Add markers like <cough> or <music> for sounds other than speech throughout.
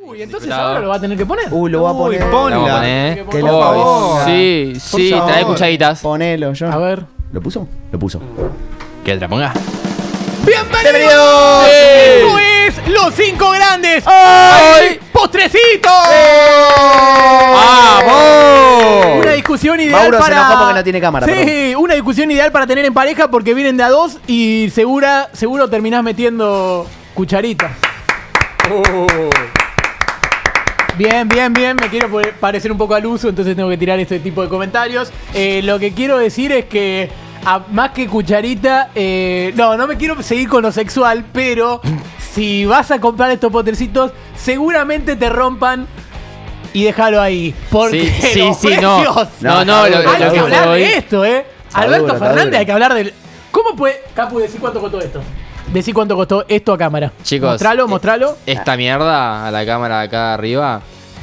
y entonces Disfrutado. ahora lo va a tener que poner. Uh, lo voy a Uy, poner. ponla. Vamos a poner, Que ¿eh? por Oh, favor. Sí, Por sí, favor. trae cucharitas. Ponelo, yo. A ver. ¿Lo puso? Lo puso. Que te la ponga. ¡Bienvenidos! Sí. Esto es Los Cinco Grandes. ¡Ay! ¡Postrecito! ¡Vamos! Una discusión ideal Mauro se para. enojó porque no tiene cámara, Sí, perdón. una discusión ideal para tener en pareja porque vienen de a dos y segura, seguro terminás metiendo cucharitas. Bien, bien, bien. Me quiero pare- parecer un poco al uso, entonces tengo que tirar este tipo de comentarios. Eh, lo que quiero decir es que. a- más que cucharita, eh, no, no me quiero seguir con lo sexual, <laughs> pero si vas a comprar estos potercitos, seguramente te rompan y déjalo ahí. Porque Sí, <laughs> sí, los sí, no. precios- No, no, lo, lo hay que que fue hablar hoy. de esto, ¿eh? Está Alberto duro, está Fernández, duro. hay que hablar del. ¿Cómo puede. Capu, decir cuánto costó esto? Decí cuánto costó esto a cámara. Chicos, Mostralo, eh, mostralo. Esta mierda a la cámara de acá arriba.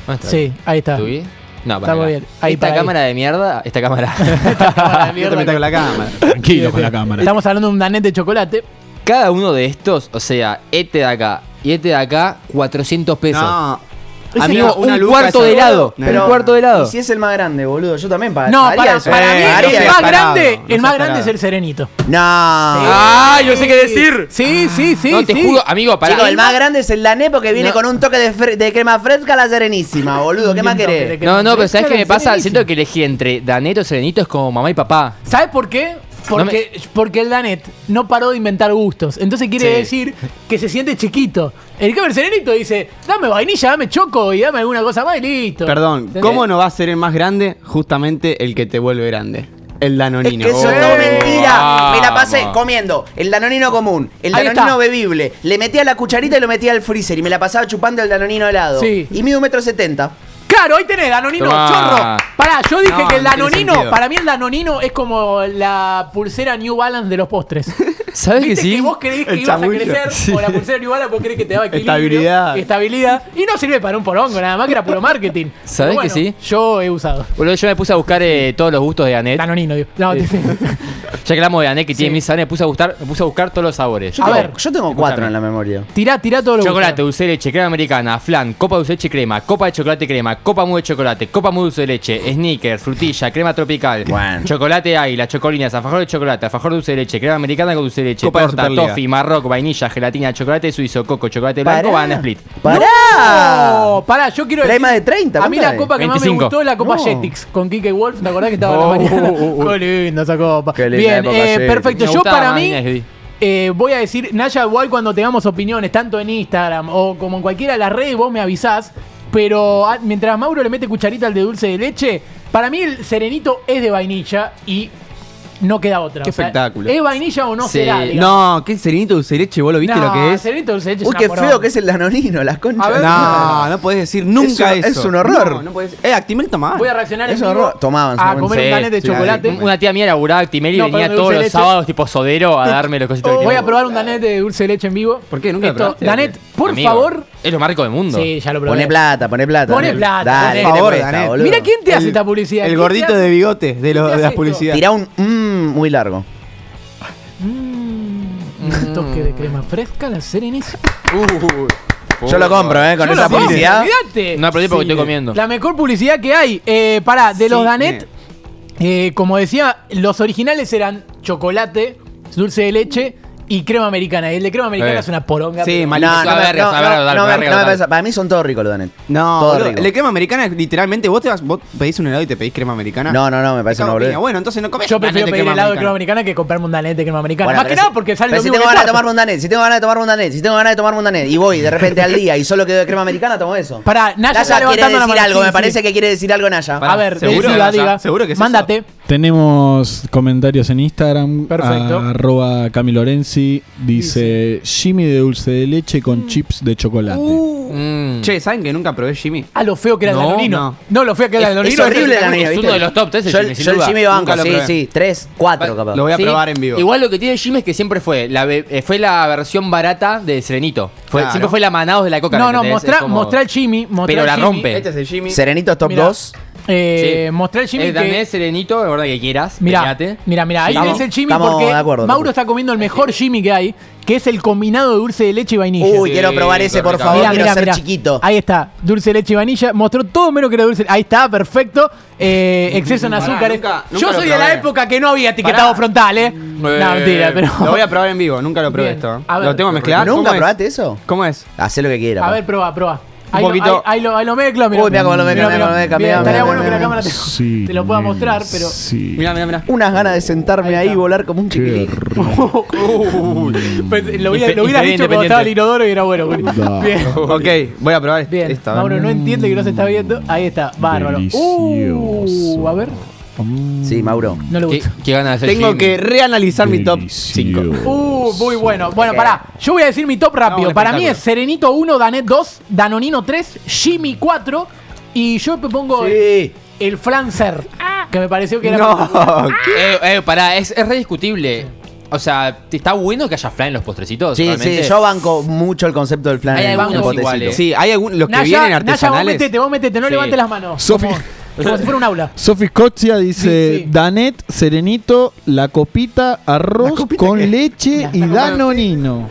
¿Dónde está? Sí, ahí está. ¿Subí? No, para Está muy acá. bien. Ahí, esta para ahí. cámara de mierda. Esta cámara. <laughs> Para la No te mierda. metas con la cámara. <laughs> Tranquilo con la cámara. Estamos hablando de un danet de chocolate. <laughs> Cada uno de estos, o sea, este de acá y este de acá, 400 pesos. No. Amigo, Una un luca cuarto eso. de helado. No, un no, cuarto de helado. ¿Y si es el más grande, boludo? Yo también pa- No, haría para, eso. para mí, Eh, haría no el seas eso. más tarado, grande, no el seas más grande es tarado. el serenito. No. ¡Ah! Yo sé qué decir. Sí, sí, sí. no te sí. juro, amigo, para. Chicos, el más grande es el Dané porque viene No. con un toque de, fre- de crema fresca a la serenísima, boludo. ¿Qué más Un toque de querés? crema. No, no, pero ¿sabes Claro, qué me pasa? serenísimo. Siento que elegí entre Daneto y Serenito es como mamá y papá. ¿Sabes por qué? Porque, porque el Danet no paró de inventar gustos. Entonces quiere Sí. decir que se siente chiquito. El Caber Serenito dice, dame vainilla, dame choco y dame alguna cosa más y listo. Perdón, ¿Entendés? ¿cómo no va a ser el más grande? Justamente el que te vuelve grande. El Es danonino. Oh. que eso es todo Vamos. mentira. Me la pasé comiendo el danonino común, el Ahí danonino está. bebible. Le metía la cucharita y lo metía al freezer y me la pasaba chupando el danonino helado. Sí. Y mide un metro setenta. Claro, ahí tenés, Danonino, Tomá. chorro. Pará, yo dije No, que el no tiene Danonino, sentido. para mí el Danonino es como la pulsera New Balance de los <laughs> postres. ¿Sabes que Viste sí? que vos creés que El ibas a chamullo. crecer Sí. o la pulsera New Balance vos creés que te daba equilibrio, Estabilidad. estabilidad y no sirve para un porongo, nada más que era puro marketing. ¿Sabés Pero que sí? Yo he usado. Boludo, yo me puse a buscar eh, todos los gustos de Danet. Danonino, digo. No, Sí. Ya que hablamos de Danet que Sí. tiene mil sabores, me puse a gustar, me puse a buscar todos los sabores. Yo A tengo, ver, yo tengo cuatro en la memoria. <laughs> tirá, tirá todo lo que Chocolate, dulce de leche, crema americana, flan, copa de dulce de leche y crema, copa de chocolate y crema, copa mousse de chocolate, copa mousse dulce de leche, sneakers, frutilla, crema tropical, Bueno. chocolate de águila, chocolinas, alfajor de chocolate, alfajor dulce de leche, crema americana con dulce de leche, Copa de torta, Superliga. toffee, marroco, vainilla, gelatina, chocolate suizo, coco, chocolate blanco, Pará. banana split. ¡Pará! No, ¡Oh! pará, yo quiero Pero hay más de 30, A mí ¿cuántas la hay? copa que más me 25. gustó es la copa No. Uh, Jetix con Kike Wolf, ¿te acordás que estaba en la mañana? Qué linda esa copa. Qué linda Bien, época eh, Jetix. perfecto. Yo Me gustaba para más mí Inés Di. eh, voy a decir, Naya, igual cuando tengamos opiniones, tanto en Instagram o como en cualquiera de las redes, vos me avisás. Pero ah, mientras Mauro le mete cucharita al de dulce de leche, para mí el serenito es de vainilla y no queda otra. Qué espectáculo. ¿Es vainilla o no Sí. será? digamos? No, qué serenito dulce de leche, vos lo viste No, lo que es. serenito dulce de leche es Uy, una qué poronga. feo que es el danonino, las conchas. A ver. No, no podés decir nunca Es un- eso. es un horror. No, no podés. Eh, Actimel está mal. Voy a reaccionar Ah, Eso en vivo ro- tomaban, a seguramente. comer un Sí, danet de sí, chocolate. Un- Una tía mía laburaba Actimel y No, venía pero todos dulce de los leche. Oh, sábados tipo sodero a darme los cositos que Voy quería. a probar un danet de dulce de leche en vivo. ¿Por qué? ¿Nunca lo Esto, probaste? Danet, por Amigo, favor. Es lo más rico del mundo. Sí, ya lo probé. Pone plata, pone plata. Pone Daniel. plata, Dale, por ¿qué te favor, cuesta, Daniel. boludo? Mira quién te hace esta publicidad. El ¿Quién gordito te hace? de bigotes de, lo- te de hace las esto? publicidades. Tirá un mmm muy largo. Un toque de crema fresca, la serenísima. Yo lo compro, eh, <laughs> con Yo esa lo pongo, publicidad. olvídate. No aplaudí porque Sí. estoy comiendo. La mejor publicidad que hay. Eh, pará, de los Sí, Danet, eh. eh, como decía, los originales eran chocolate, dulce de leche y crema americana. Y el de crema americana Eh. es una poronga. Sí, pero- mal- No, A no, me- ver, no, a ver, no, dale, no me- dale, no me dale. parece- Para mí son todos ricos los Danet. No, Todo boludo, rico. la crema americana es literalmente, vos te vas, vos pedís un helado y te pedís crema americana. No, no, no, me parece Está una piña. boludez. Bueno, entonces no comes Yo prefiero Danet pedir helado de crema americana que comprarme un Danet de crema americana. Bueno, Más que pero nada si- porque sale pero lo si mismo tengo que ganas de cuarto. tomar mundanet, si tengo ganas de tomar mundanet, si tengo ganas de tomar mundanet y voy de repente al día y solo quedo de crema americana, tomo eso. Pará, Naya está quiere levantando la decir mano. algo, Sí, me sí. parece que quiere decir algo Naya. A ver, ¿Seguro? diga, Ya, diga. ¿seguro que es Mándate. Tenemos comentarios en Instagram. Perfecto. a- Arroba Cami Lorenzi dice Jimmy de dulce de leche con chips de chocolate. Uh, Mm. Uh. Che, ¿saben que nunca probé Jimmy? Ah, lo feo que era el No, Danonino. No. no. lo feo que era el Es Danonino. horrible la es niña, uno ¿viste? de los top tres, el Yo Jimmy, sin yo el duda. Jimmy banco, Nunca lo sí, probé. sí, tres, cuatro Vale, capaz. lo voy a Sí, probar en vivo. Igual lo que tiene Jimmy es que siempre fue la, be- eh, fue la versión barata de Serenito. Fue- Claro. Siempre fue la Manados de la Coca. No, ¿me no, entendés? mostrá, Es como- mostrá el Jimmy. mostrá Pero el la Jimmy. rompe. Este es el Jimmy. Serenitos top Mirá. 2. Eh, Sí. Mostrá el Jimmy Eh, que- dame serenito, la verdad que quieras. Mirá, peleate. mirá, mirá, ahí Estamos- tenés el Jimmy estamos porque de acuerdo, Mauro Topo. está comiendo el mejor Jimmy que hay, que es el combinado de dulce de leche y vainilla. Uy, quiero probar ese, por correcto. favor. Mirá, quiero mirá, ser mirá. chiquito. Ahí está, dulce de leche y vainilla. Mostró todo menos que era dulce. Ahí está, perfecto. Eh, exceso en Pará, azúcar. nunca- nunca Yo lo soy de la probé. época que no había etiquetado Pará. frontal, ¿eh? Eh, No, mentira, pero. Lo voy a probar en vivo, nunca lo probé Bien. esto. A ver. ¿Lo tengo mezclado? ¿Nunca probaste eso? ¿Cómo es? Hacé lo que <laughs> quieras. A pa. ver, probá, probá. Un Ahí lo, poquito. ahí, ahí lo, ahí lo mezclo, mirá. Uy, mirá cómo lo mezcla, Mirá, mirá cómo lo mirá. mezcla, Bien, mirá, Estaría mirá, bueno que la mirá, cámara te, Sí. <laughs> te lo pueda mostrar, pero. Sí. Mirá, mirá, mirá. Unas ganas de sentarme ahí y volar como un Qué chiquilín. rico. <laughs> Pues, lo hubiera, Infe- lo hubieras infe- dicho cuando estaba el inodoro y era bueno. Juli. Da. <laughs> Bien. Ok, voy a probar Bien, esta. a ver. mm. Mauro no entiende que no se está viendo. Ahí está, bárbaro. Uh, Delicioso. a ver, Mm, Sí, Mauro. no le ¿Qué, gusta. qué ganas de ser Tengo Jimmy. que reanalizar mi top 5. delicioso. Uh, muy bueno. Bueno, pará. Yo voy a decir mi top rápido. No, un Para mí es espectáculo. Serenito 1, Danet 2, Danonino 3, Jimmy 4. Y yo te pongo Sí. el Flancer, que me pareció que era. No, Eh, eh, pará, es, es re discutible. O sea, ¿está bueno que haya flan en los postrecitos? Sí, sí, Realmente yo banco mucho el concepto del flan Hay en algunos el potecito. iguales. sí, hay algunos los que eh. Naya, vienen Naya, vos artesanales. metete, vos metete, no Sí. levantes las manos. Sofi- Como, como si fuera un aula. <laughs> Sofi Cozia dice Sí, sí. Danet, Serenito, la copita, arroz con leche y danonino.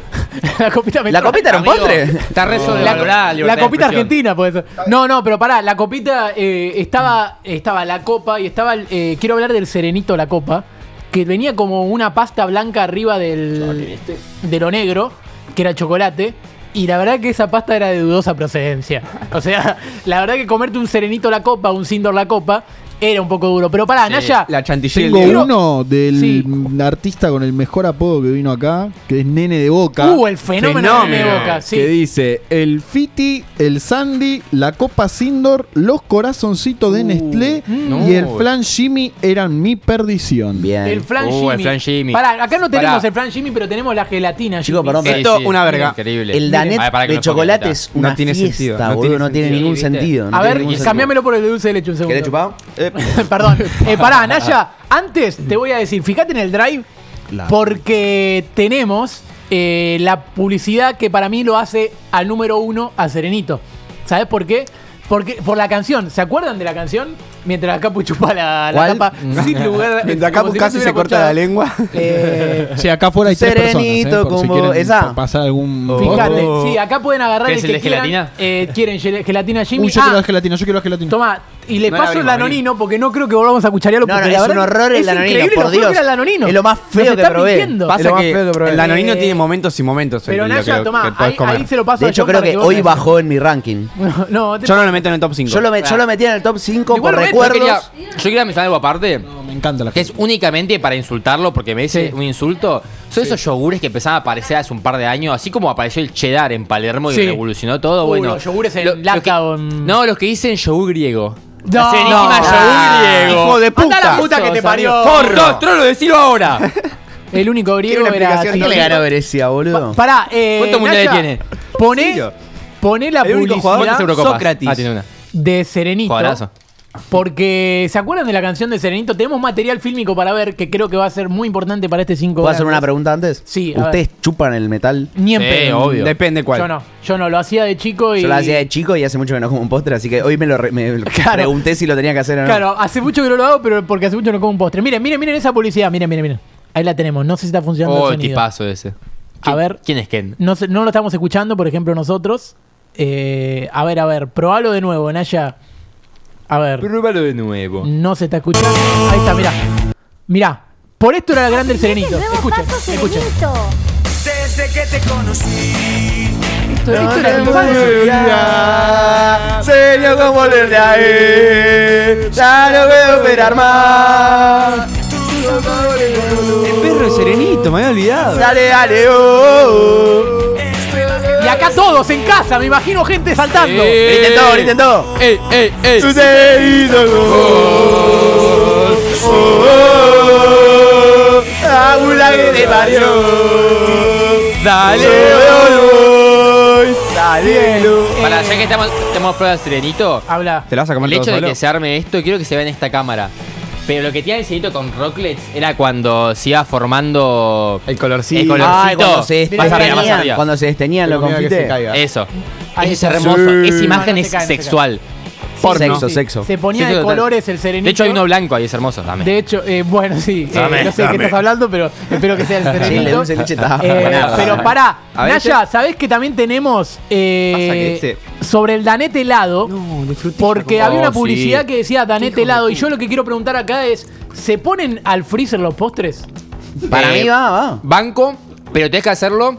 la copita me ¿La copita era un Amigo, postre? Está re La, sobrevalorada la libertad de copita expresión. argentina, puede ser. No, no, pero pará, la copita eh, estaba, estaba la copa y estaba. el, eh, quiero hablar del serenito la copa, que venía como una pasta blanca arriba del, este, de lo negro, que era chocolate. Y la verdad que esa pasta era de dudosa procedencia. O sea, <laughs> la verdad que comerte un serenito la copa, un Sindor la copa, era un poco duro. Pero pará, Sí, Naya. La chantilly. Tengo del Diego. uno del Sí. artista con el mejor apodo que vino acá, que es Nene de Boca. Uh, el fenómeno, de Fenómeno. boca, Que sí. dice el Fiti, el Sandy, la Copa Sindor, los corazoncitos de Nestlé no. y el Flan Jimmy eran mi perdición. Bien. El Flan Uh, Jimmy. el Flan Jimmy. Pará, acá no Pará. tenemos el Flan Jimmy, pero tenemos la gelatina. Chicos, Jimmy. perdón, Sí, pero Esto, una verga. Increíble. el Danet Ay, pará que de no es chocolate poquita. es una No tiene fiesta, sentido, no boludo. tiene no tiene sentido. ningún Sí, ¿viste? sentido. no A tiene ver, ningún cambiámelo por el de dulce de leche un segundo. sentido. ¿Querés chupado? Perdón. Eh, <laughs> pará, Naya, antes te voy a decir, fíjate en el drive, porque tenemos eh, la publicidad que para mí lo hace al número uno a Serenito. ¿Sabes por qué? Porque, por la canción, ¿se acuerdan de la canción? Mientras Capu chupa la, la ¿Cuál? tapa <laughs> sin lugar. Mientras como acá si no casi se hubiera corta escuchado. la lengua. Eh, Si acá fuera hay tres personas, ¿eh? Serenito Por si como quieren esa. pasar algún fíjate, Oh. sí, acá pueden agarrar el ¿Querés que el de quieran. gelatina? Eh, quieren gel- gelatina Jimmy. Uy, yo Ah, quiero la gelatina, yo quiero la gelatina. Toma, y le No la paso el abrimos, danonino porque no creo que volvamos a cucharearlo. No, no, porque la es un verdad horror el es danonino, increíble por lo feo que Dios. era el danonino. Es lo más feo Nos que está probé. mintiendo. Es lo Pasa más que feo que probé. el danonino Eh, tiene momentos y momentos. Pero en lo Naya, que- que tomá, podés ahí, comer. ahí se lo paso De a hecho, John creo para que vos hoy me- bajó en mi ranking. <laughs> No, no, te- Yo no lo meto en el top 5. Yo lo, me- yo lo metí en el top 5 Igual por lo meto, Yo recuerdos. quería, yo quería mencionar algo aparte. No, me encanta la Que es únicamente para insultarlo, porque me dice Sí. un insulto. Son esos yogures que empezaban a aparecer hace un par de años, así como apareció el cheddar en Palermo y Sí. revolucionó todo. Uy, bueno, los yogures en lo- los lata que- o en- No, los que dicen yogur griego. No. La serenísima No. yogur griego. Hijo de puta. Anda la puta que te parió. ¡Porro! ¡Nosotros lo decimos <laughs> ahora! El único griego una era. explicación, sí. ¿Quién le ganó a Grecia, Pa- boludo? Pará, eh. ¿Cuántos mundiales Naya, tiene? Poné, ¿En serio? poné la El único jugador publicidad que se- Sócrates. Ah, tiene una. de Serenito. Jugadorazo. Porque, ¿se acuerdan de la canción de Serenito? Tenemos material fílmico para ver que creo que va a ser muy importante para este 5 ¿Puedo hacer una pregunta antes? Sí, a ver. ¿Ustedes chupan el metal? Ni en Sí, pedo. obvio. Depende cuál. Yo no, yo no, lo hacía de chico y. Yo lo hacía de chico y hace mucho que no como un postre, así que hoy me lo <laughs> re- me Claro. pregunté si lo tenía que hacer o Ah. no. Claro, hace mucho que no lo hago, pero porque hace mucho no como un postre. Miren, miren, miren esa publicidad. Miren, miren, miren. Ahí la tenemos. No sé si está funcionando Oh, el sonido. tipazo ese. A ver. ¿Quién es Ken? No, sé- no lo estamos escuchando, por ejemplo, nosotros. Eh, a ver, a ver, probalo de nuevo, Naya. A ver, Pruébalo de nuevo. no se está escuchando. Ahí está, mirá. Mirá, por esto era la grande el serenito. Nuevo Escuchen, paso escuchen. serenito. Desde que te conocí. Esto, esto era el paso. Serio como volverte a ir, ya no veo esperar más. El perro es serenito, me había olvidado. Dale, dale, oh. Y acá todos en casa, me imagino gente saltando. Sí. Griten todo, griten todo. ¡Ey, ey, ey! Sucedido gol, oh, oh, oh, a un lago de parió. Dale, oh, oh, dale, oh. Para, ya que estamos, estamos fuera del serenito, Habla. Te lo vas a comer el todo hecho de solo. que se arme esto, quiero que se vea en esta cámara. Pero lo que tenía el serenito con Rocklets era cuando se iba formando. El colorcito. El color- Ay, cuando se Mirá, más arriba, más desteñían, arriba. cuando se desteñían los Tengo miedo que se confites. caiga. Eso. Ahí es está. hermoso. Sí. Esa No, imagen no se es cae, no se sexual. Porno. Sexo, sexo. Se ponía Sí, de total. colores el serenito. De hecho, hay uno blanco ahí, es hermoso. Dame. De hecho, eh, bueno, sí. eh, Dame, no sé de qué dame. estás hablando, pero espero que sea el Sí, le serenito. dulce leche está. Eh, buena. pero pará, A ver, Naya, ¿sabés que también tenemos eh, Pasa que este- sobre el Danete helado? porque como- había una Oh, sí. publicidad que decía Danete helado. Y yo lo que quiero preguntar acá es: ¿se ponen al freezer los postres? Para Eh, mí va, va. Banco, pero tenés que hacerlo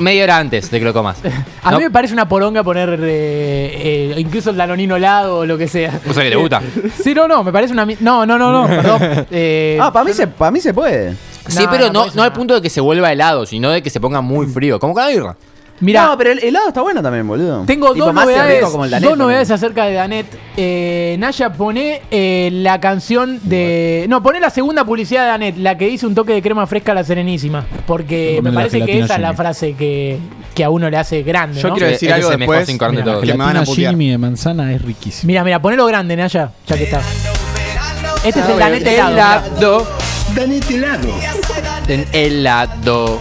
media hora antes de que lo comas. <laughs> A No, mí me parece una poronga poner eh, eh, incluso el danonino helado o lo que sea. O sea que <laughs> te gusta. Sí, no, no, me parece una. mi- No, no, no, no, perdón. Eh, Ah, para mí, se, para mí se puede. Sí, No, pero no, no, parece no al una- punto de que se vuelva helado, sino de que se ponga muy frío. Como con la birra. mirá, No, pero el helado está bueno también, boludo. tengo Tipo, dos más novedades, rico como el Danette, dos novedades ponele. acerca de Danet. Eh, Naya, poné eh, la canción de. No, poné la segunda publicidad de Danet, la que dice un toque de crema fresca a la Serenísima. Porque Ponme me la parece que gelatina esa es la Jimmy. frase que, que a uno le hace grande. Yo ¿no? quiero Sí, decir ese algo es el mejor después. sin carne de Mira, todos. Que me van a gelatina putear. Jimmy de manzana es riquísima. Mira, mira, ponelo grande, Naya, ya que está. Este es el Danet helado. mirá. helado. Danete helado. en helado.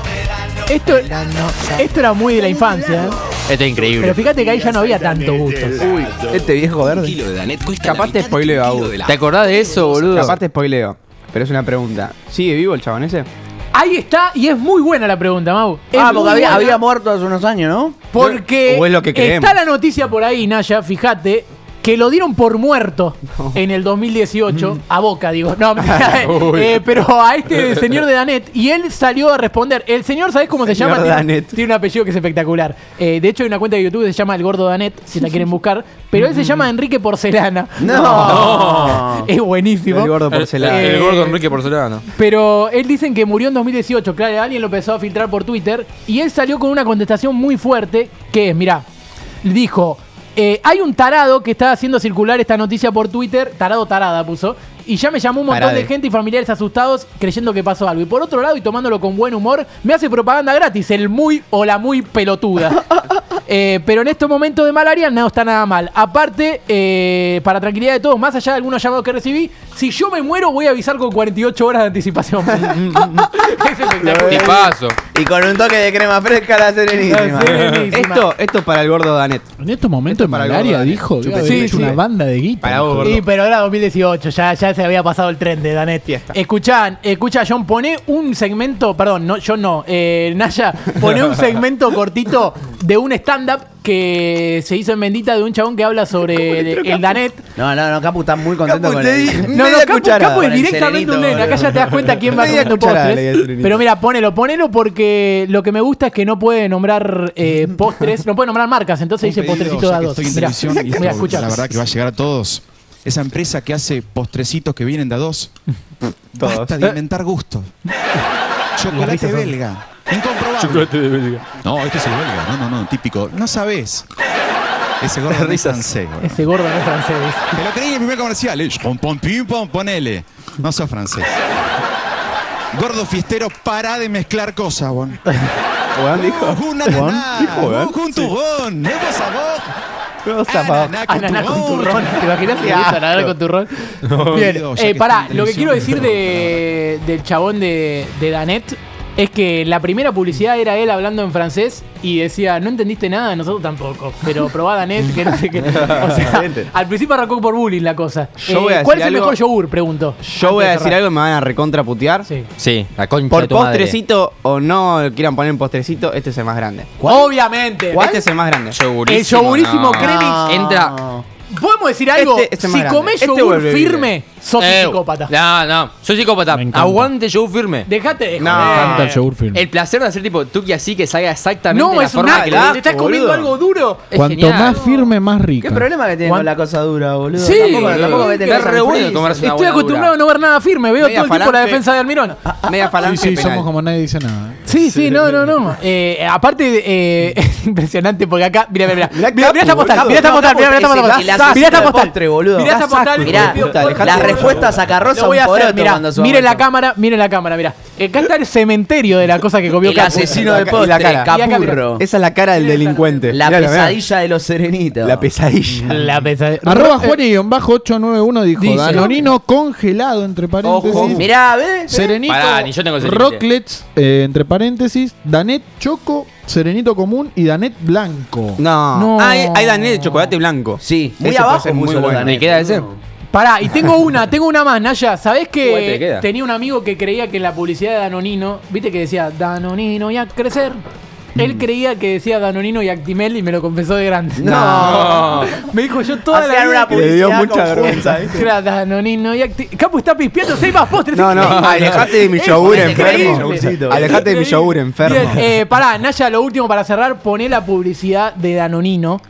Esto, esto era muy de la infancia. ¿eh? Esto es Pero increíble. fíjate que ahí ya no había tantos gustos. Uy, Este viejo Un verde. kilo de Danet cuesta Capaz te la mitad de spoileo un a kilo vos. de la- ¿Te acordás de eso, boludo? Capaz te spoileo. Pero es una pregunta. ¿Sigue vivo el chabón ese? Ahí está, y es muy buena la pregunta, Mau. Es Ah, muy porque había, buena había muerto hace unos años, ¿no? Porque O es lo que creemos. está la noticia por ahí, Naya, fíjate, que lo dieron por muerto en el 2018, Mm. a boca, digo. <laughs> No, mentira, eh, pero a este señor de Danet, y él salió a responder. El señor, ¿sabés cómo Señor se llama? Tiene- Danet. Tiene, un apellido que es espectacular. Eh, de hecho, hay una cuenta de YouTube que se llama El Gordo Danet, si la quieren buscar. Pero él Mm. se llama Enrique Porcelana. No. <laughs> Es buenísimo. El gordo porcelana. Eh, Porcelano. Pero él dicen que murió en 2018, claro, alguien lo empezó a filtrar por Twitter y él salió con una contestación muy fuerte, que es, mirá, dijo, eh, hay un tarado que está haciendo circular esta noticia por Twitter, tarado tarada puso, y ya me llamó un montón Tarade. de gente y familiares asustados creyendo que pasó algo. Y por otro lado, y tomándolo con buen humor, me hace propaganda gratis, el muy o la muy pelotuda. Eh, pero en estos momentos de malaria no está nada mal. Aparte, eh, para tranquilidad de todos, más allá de algunos llamados que recibí, si yo me muero voy a avisar con 48 horas de <laughs> anticipación. es Te espectacular. paso. Y con un toque de crema fresca a la Ah, serenísima. Serenísima. Esto, esto es para el gordo Danet. En estos momentos en para el malaria gordo, dale. dijo que Chupete. había Sí, hecho sí. una banda de guita. Para vos, gordo. Sí, pero era 2018, ya, ya se había pasado el tren de Danet. Fiesta. Escuchan, escucha, John, poné un segmento, perdón, no, yo no, eh, Naya, poné un <laughs> segmento cortito de un stand-up que se hizo en Bendita de un chabón que habla sobre el, el Danet. No, no, no, Capu está muy contento Capu, con te el- No, di- no, Media Capu, cucharada. Capu es Con el directamente un serenito, nene. Acá boludo. ya te das cuenta quién va Media comiendo cucharada le di al postres. serenito. Pero mira, ponelo, ponelo porque lo que me gusta es que no puede nombrar <laughs> eh, postres, no puede nombrar marcas, entonces dice postrecito de a dos. Estoy en Mirá, televisión y esto, mirá, escuchá. la verdad que va a llegar a todos. Esa empresa que hace postrecitos que vienen de <laughs> a dos. Basta de inventar gustos. Chocolate belga. Incomprobable. Chocolate de belga. No, este es el belga. No, no, no, típico. No sabés. Ese gordo no es francés. boludo. Ese gordo no es francés. Te lo creí en el primer comercial. eh. Pom, pom, pim, pom, ponele. No sos francés. Gordo fiestero, para de mezclar cosas, bon. Juan dijo. Un Juan ananá, dijo, ¿eh? un turrón, nuevo sabor. No, zapa. Ananá con Ananá Ah, con turrón. turrón. ¿Te imaginas que usa ananá con turrón? Bien, Dios, ya eh, que pará, está en lo que quiero decir televisión. de, del chabón de, de Danet es que la primera publicidad era él hablando en francés y decía, no entendiste nada, nosotros tampoco, pero probá Danet, que no sé qué. O sea, Excelente. al principio arrancó por bullying la cosa. Eh, Yo voy a ¿Cuál es decir el algo- mejor yogur? Pregunto. Yo voy a decir algo y me van a recontraputear. Sí. Sí, la concha de Por tu madre. postrecito o no quieran poner en postrecito, este es el más grande. Obviamente. Este es el más grande. Yogurísimo, El yogurísimo no. Kremix. Entra. ¿Podemos decir algo? Este- este es más si grande. comés Este yogur vuelve firme, sos un Eh, psicópata. No, no, soy psicópata. Me encanta. Aguante yogur firme. Dejate de No. joder. Canta el yogur film. El placer de hacer tipo tuki así que salga exactamente No, de la es un forma acto. que lo Te das. estás comiendo boludo. algo duro. Es Cuanto genial. más firme, más rica. ¿Qué problema que tiene ¿Cuán- con la cosa dura, boludo? Sí, tampoco, boludo. tampoco vete Está cosas re en bueno freezer. comerse una Estoy buena acostumbrado a dura. no ver nada firme. Veo Media todo el tiempo la falange. defensa de Almirón. Media Sí, falange sí, penal. somos como nadie dice nada. ¿eh? Sí, sí, no, no, no. Eh, aparte, eh, <laughs> es impresionante porque acá. Mirá, mirá, mirá. Mirá Mirá, mirá esta Capu, postal, boludo. mirá esta No, postal, mirá, Capu, mirá esta ese postal. lazo Mirá esta de postal. postre, boludo. Mirá esta Lazaco, postal. mirá, Dios, puta, por- dejate las de respuestas a Carroza Lo voy a un hacer, poroto mirá, cuando suba miren la mucho. cámara, miren la cámara, mirá. Acá está el cementerio de la cosa que comió El Capu. asesino de Y la postre, cara. Capurro. Esa es la cara del delincuente. La Mirá, mirá. pesadilla de los serenitos. La pesadilla. La pesadilla. Arroba Juani-891 dijo, Dice. Danonino congelado, entre paréntesis. Ojo. Mirá, ¿ves? Serenito, Pará, ni yo tengo ese Rocklets, eh, entre paréntesis, Danet Choco, Serenito Común y Danet Blanco. No. No. Ah, hay, hay danés de chocolate blanco. Sí, muy Ese puede abajo ser muy puso los bueno. daneses. ¿Te queda ese? Pará, y <laughs> tengo una, tengo una más, Naya. ¿Sabés ¿Cuál te que queda? tenía un amigo que creía que en la publicidad de Danonino, viste que decía Danonino y a crecer? Mm. Él creía que decía Danonino y Actimel y me lo confesó de grande. No. <laughs> Ah, Me dijo yo toda la Hacían vida una que- Le dio publicidad mucha con vergüenza. ¿eh? ¿viste? Era Danonino y Actimel. Capu está pispiando seis más postres. <laughs> No, no, Increíble. alejate de mi Es yogur increíble. enfermo. Yogur. Alejate de mi Increíble. yogur enfermo. Bien, eh, pará, Naya, lo último para cerrar, poné la publicidad de Danonino.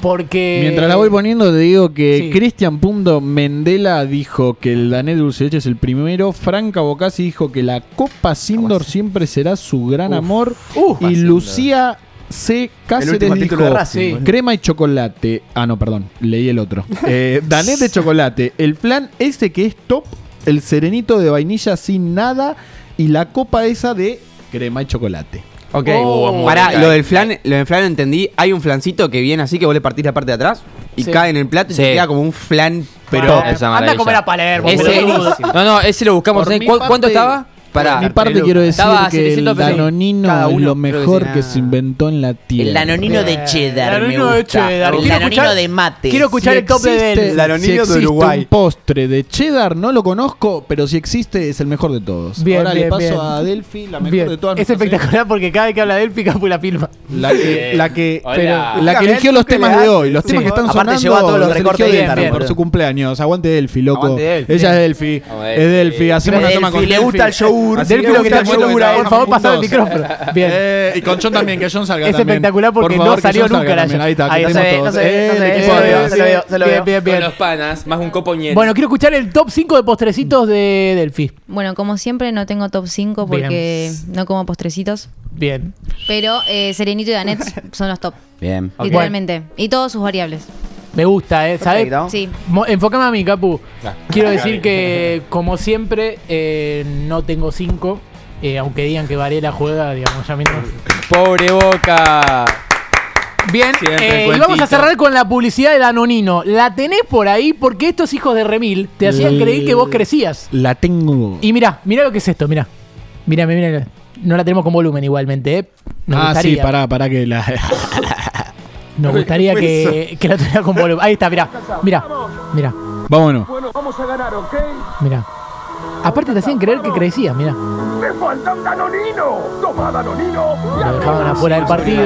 Porque. Mientras la voy poniendo, te digo Eh, sí. que Cristian Punto Mendela dijo que el Danet Dulce de Leche es el primero. Franca Bocasi dijo que la Copa Sindor siempre será su gran amor. Uh, y Lucía C. Cáceres último título de dijo, Racing, Sí. boludo. crema y chocolate. Ah, no, perdón, leí <laughs> el otro. Eh, Danet de chocolate, el flan ese que es top, el serenito de vainilla sin nada y la copa esa de crema y chocolate. Ok. Oh. Pará, lo del flan, lo del flan entendí. Hay un flancito que viene así que vos le partís la parte de atrás y Sí. cae en el plato y Sí. se queda como un flan, pero Pará, anda Esa a maravilla. comer a Palermo. Ese, boludo. no, no, ese lo buscamos. Por ¿eh? mi ¿Cu- parte- ¿Cuánto estaba? Pará. Por mi parte quiero decir Estaba a que el 700 pesos. danonino Cada es uno, creo lo que mejor sí. que se inventó en la tierra. El danonino de cheddar. me Danonino de gusta. cheddar. El Quiero danonino escuchar- de mate. Quiero escuchar el top de existe- él. Danonino si de existe Uruguay. un postre de cheddar, no lo conozco, pero si existe es el mejor de todos. Bien, Ahora bien, le paso bien. a Delphi, la mejor Bien. de todas. Es nuestras espectacular porque cada vez que habla de él, Picapu la filma. series. La que, la que, Hola. pero- la que Gabriel, eligió ¿tú los qué temas le de das? hoy. Los Sí. temas que están Aparte, sonando. llevó a todos los eligió recortes de Delphi Instagram, por boludo. su cumpleaños. Aguante Delphi, loco. Aguante Delphi. Ella es Delphi. Aguante Es Delphi. Hacemos una Delphi, toma con le gusta el yogur. Delphi Así que le vamos gusta a el hacer yogur, una por toma favor, pasar el juntos. micrófono. Bien. Eh, y con John también, que John salga Es también. espectacular Por porque no favor, que salió John salga nunca la también. John. Ahí está, No que se estemos ve, no todos. se ve, no Eh, se el ve, equipo no se de ve, atrás. se lo veo, se lo Bien, veo. bien, bien. Con los panas, más un copo ñero. Bueno, quiero escuchar el top 5 de postrecitos de Delphi. Bueno, como siempre no tengo top 5 porque no como postrecitos. Bien. Pero eh, Serenito y Danet <laughs> son los top, Bien. literalmente. Y todos sus variables. Me gusta, ¿eh? ¿Sabes? Perfecto. Sí. Mo- Enfócame a mí, Capu. Quiero decir que, como siempre, eh, no tengo 5. aunque digan que Varela juega, digamos, ya mismo. Pobre boca. Bien, Siempre eh, el y vamos a cuentito. cerrar con la publicidad del Anonino. La tenés por ahí porque estos hijos de Remil te hacían Mm. creer que vos crecías. La tengo. Y mirá, mirá lo que es esto, mirá. Mirá, mirá, mirá. No la tenemos con volumen igualmente, ¿eh? Nos ah, gustaría. sí, pará, pará que la. <laughs> Nos gustaría <laughs> que, que la tuviera con volumen. Ahí está, mirá. Mirá, mirá, Vámonos. mirá. Aparte te hacían creer que crecías, mirá. Lo dejaban afuera del partido.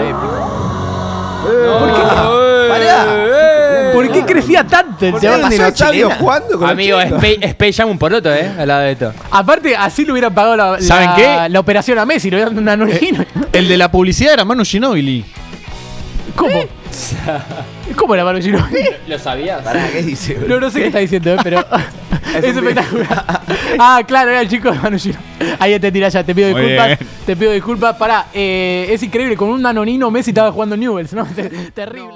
¿Por qué crecía tanto el Era chaval? un dinosaurio chilena. jugando con Amigo, Space, Space Jam un poroto, ¿eh? Al lado de esto. Aparte, así le hubieran pagado la, la- ¿Saben qué? la operación a Messi, le hubieran dado un anulino. El de la publicidad era Manu Ginobili. ¿Cómo? ¿Eh? ¿Cómo era Manu <laughs> Ginobili? ¿Lo sabías? ¿Qué dice, boludo? No, no sé qué está diciendo, eh, <laughs> pero es, espectacular. <laughs> ah, claro, era el chico de Manu Ginobili. Ahí te tirás ya, te pido Muy disculpas. bien. Te pido disculpas. Pará, eh, es increíble, con un anonino Messi estaba jugando en Newells, ¿no? <laughs> Terrible.